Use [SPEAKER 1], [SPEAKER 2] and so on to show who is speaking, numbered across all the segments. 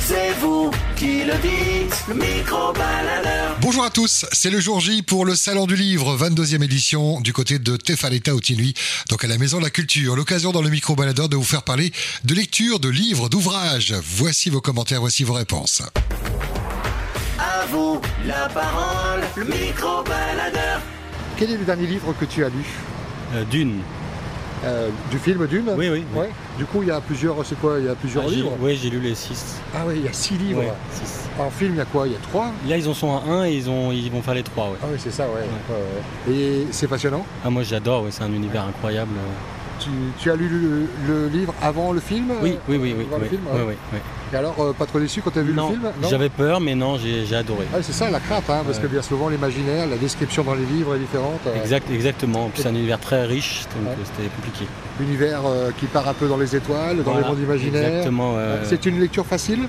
[SPEAKER 1] c'est vous qui le dites, le micro-baladeur.
[SPEAKER 2] Bonjour à tous, c'est le jour J pour le Salon du Livre, 22e édition du côté de Tefaleta au Tinui, donc à la Maison de la Culture. L'occasion dans le micro-baladeur de vous faire parler de lecture, de livres, d'ouvrages. Voici vos commentaires, voici vos réponses.
[SPEAKER 1] À vous la parole, le micro-baladeur.
[SPEAKER 3] Quel est le dernier livre que tu as lu
[SPEAKER 4] Euh, Dune.
[SPEAKER 3] Euh, Du film Dune
[SPEAKER 4] Oui, oui, oui.
[SPEAKER 3] Ouais. Du coup, il y a plusieurs. C'est quoi Il y a plusieurs
[SPEAKER 4] Ah, j'ai-
[SPEAKER 3] livres
[SPEAKER 4] Oui, j'ai lu les 6.
[SPEAKER 3] Ah oui, il y a six livres. En film, il y a quoi Il y a trois
[SPEAKER 4] Là, ils en sont à 1 et ils, ont, ils vont faire les 3.
[SPEAKER 3] Ah oui, c'est ça, ouais. Ouais, ouais. Et c'est passionnant.
[SPEAKER 4] Ah, moi, j'adore, ouais, c'est un univers incroyable.
[SPEAKER 3] Tu, tu as lu le, le livre avant le film
[SPEAKER 4] Oui,
[SPEAKER 3] euh,
[SPEAKER 4] oui, oui. oui,
[SPEAKER 3] avant le
[SPEAKER 4] oui,
[SPEAKER 3] film,
[SPEAKER 4] oui,
[SPEAKER 3] ouais.
[SPEAKER 4] oui, oui.
[SPEAKER 3] Et alors, euh, pas trop déçu quand tu as vu
[SPEAKER 4] Non,
[SPEAKER 3] le film
[SPEAKER 4] j'avais peur, mais non, j'ai j'ai adoré.
[SPEAKER 3] Ah, c'est ça la crainte, hein, parce
[SPEAKER 4] Ouais.
[SPEAKER 3] que bien souvent l'imaginaire, la description dans les livres est différente. euh,
[SPEAKER 4] Exact, exactement. Puis c'est un univers très riche, donc
[SPEAKER 3] Ouais.
[SPEAKER 4] euh, c'était compliqué.
[SPEAKER 3] L'univers euh, qui part un peu dans les étoiles, dans
[SPEAKER 4] Voilà,
[SPEAKER 3] les mondes imaginaires. Euh,
[SPEAKER 4] Exactement. Euh. ouais, ouais.
[SPEAKER 3] C'est une lecture facile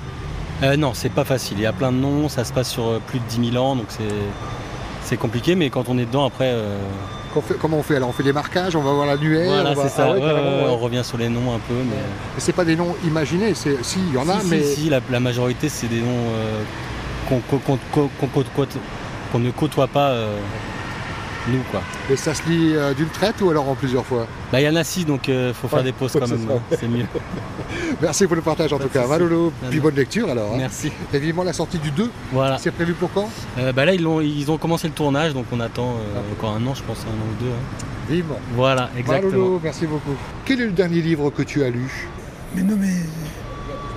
[SPEAKER 4] Euh, non, c'est pas facile. Il y a plein de noms, ça se passe sur euh, plus de 10 000 ans, donc c'est c'est compliqué, mais quand on est dedans, après, euh,
[SPEAKER 3] Qu'on fait- Comment on fait Alors on fait des marquages, on va voir l'annuaire.
[SPEAKER 4] voilà,
[SPEAKER 3] on va-
[SPEAKER 4] c'est ça.
[SPEAKER 3] Ah ouais,
[SPEAKER 4] Ouais,
[SPEAKER 3] carrément,
[SPEAKER 4] ouais,
[SPEAKER 3] ouais.
[SPEAKER 4] on revient sur les noms un peu, mais.
[SPEAKER 3] Mais c'est pas des noms imaginés, c'est si il y en a,
[SPEAKER 4] si, si,
[SPEAKER 3] mais
[SPEAKER 4] si, la, la majorité, c'est des noms euh, qu'on qu'on- qu'on- qu'on- qu'on côte- côte- qu'on ne côtoie pas, euh, nous, quoi.
[SPEAKER 3] mais ça se lit euh, d'une traite ou alors en plusieurs fois.
[SPEAKER 4] Bah, il y en a six, donc euh, faut faire
[SPEAKER 3] Ouais,
[SPEAKER 4] des pauses
[SPEAKER 3] faut
[SPEAKER 4] quand
[SPEAKER 3] que ce
[SPEAKER 4] même,
[SPEAKER 3] soit.
[SPEAKER 4] hein, c'est mieux.
[SPEAKER 3] Merci pour le partage en
[SPEAKER 4] Pas
[SPEAKER 3] tout
[SPEAKER 4] de
[SPEAKER 3] cas,
[SPEAKER 4] souci.
[SPEAKER 3] Malolo.
[SPEAKER 4] Non,
[SPEAKER 3] Puis
[SPEAKER 4] non.
[SPEAKER 3] bonne lecture alors. hein.
[SPEAKER 4] Merci. Ah.
[SPEAKER 3] Et vivement la sortie du 2,
[SPEAKER 4] Voilà.
[SPEAKER 3] c'est prévu pour quand
[SPEAKER 4] Euh, bah là, ils ont, ils ont commencé le tournage, donc on attend euh, encore un an, je pense, un an ou deux. hein.
[SPEAKER 3] Vivement.
[SPEAKER 4] Voilà, exactement.
[SPEAKER 3] Malolo, merci beaucoup. Quel est le dernier livre que tu as lu
[SPEAKER 5] Mais non, mais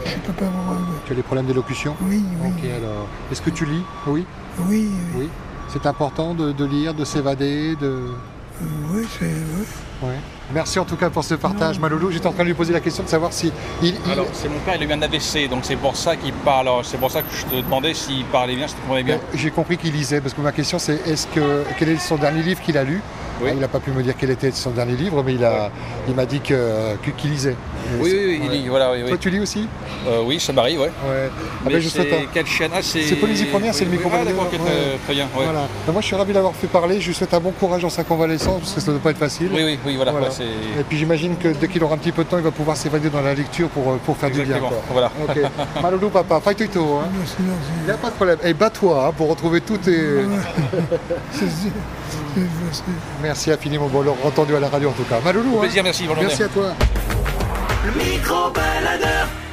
[SPEAKER 5] je peux pas avoir.
[SPEAKER 3] Tu as des problèmes d'élocution
[SPEAKER 5] Oui, oui,
[SPEAKER 3] Ok alors. Est-ce que tu lis Oui.
[SPEAKER 5] oui, oui,
[SPEAKER 3] Oui. C'est important de, de lire, de s'évader, de.
[SPEAKER 5] euh, oui, c'est. oui.
[SPEAKER 3] Ouais. Merci en tout cas pour ce partage, Maloulou. J'étais en train de lui poser la question de savoir si il. euh, il-
[SPEAKER 6] Alors, c'est mon père, il a eu un AVC, donc c'est pour ça qu'il parle. Alors, C'est pour ça que je te demandais s'il parlait bien, si tu comprenais bien.
[SPEAKER 3] Euh, J'ai compris qu'il lisait, parce que ma question c'est est-ce que quel est son dernier livre qu'il a lu
[SPEAKER 6] Oui.
[SPEAKER 3] Ah, Il n'a pas pu me dire quel était son dernier livre, mais il a il m'a dit que que- qu'il lisait.
[SPEAKER 6] Oui, oui, oui, il
[SPEAKER 3] Ouais.
[SPEAKER 6] dit, voilà, oui,
[SPEAKER 3] Toi
[SPEAKER 6] oui.
[SPEAKER 3] tu lis aussi
[SPEAKER 6] Euh, oui, ça m'arrive, ouais.
[SPEAKER 3] Ouais. Ah
[SPEAKER 6] Mais
[SPEAKER 3] ben, je
[SPEAKER 6] c'est
[SPEAKER 3] souhaite un-
[SPEAKER 6] quelle chaîne Ah, c'est...
[SPEAKER 3] C'est Polysie Première, c'est le
[SPEAKER 6] Oui, oui.
[SPEAKER 3] micro-baladeur,
[SPEAKER 6] Ah, d'accord, ok,
[SPEAKER 3] ouais.
[SPEAKER 6] euh, très bien, ouais.
[SPEAKER 3] Voilà. Ben, moi je suis ravi d'avoir fait parler, je lui souhaite un bon courage en sa convalescence, parce que ça ne doit pas être facile.
[SPEAKER 6] Oui, oui, oui, voilà,
[SPEAKER 3] Voilà.
[SPEAKER 6] ouais, c'est...
[SPEAKER 3] Et puis j'imagine que dès qu'il aura un petit peu de temps, il va pouvoir s'évader dans la lecture pour, euh, pour faire du
[SPEAKER 6] Exactement,
[SPEAKER 3] bien.
[SPEAKER 6] voilà.
[SPEAKER 3] quoi. Ok. Maloulou papa, fight it all, hein.
[SPEAKER 5] Ah, Merci,
[SPEAKER 3] Il
[SPEAKER 5] merci.
[SPEAKER 3] n'y a pas de problème. Et bats-toi hein, pour retrouver tout tes.
[SPEAKER 5] C'est- c'est- c'est- c'est-
[SPEAKER 3] Merci infiniment. Bon, on l'aura entendu à la radio en tout cas. Maloulou, hein.
[SPEAKER 6] Plaisir, merci, bonne journée.
[SPEAKER 3] Merci à toi.
[SPEAKER 1] Le micro-baladeur.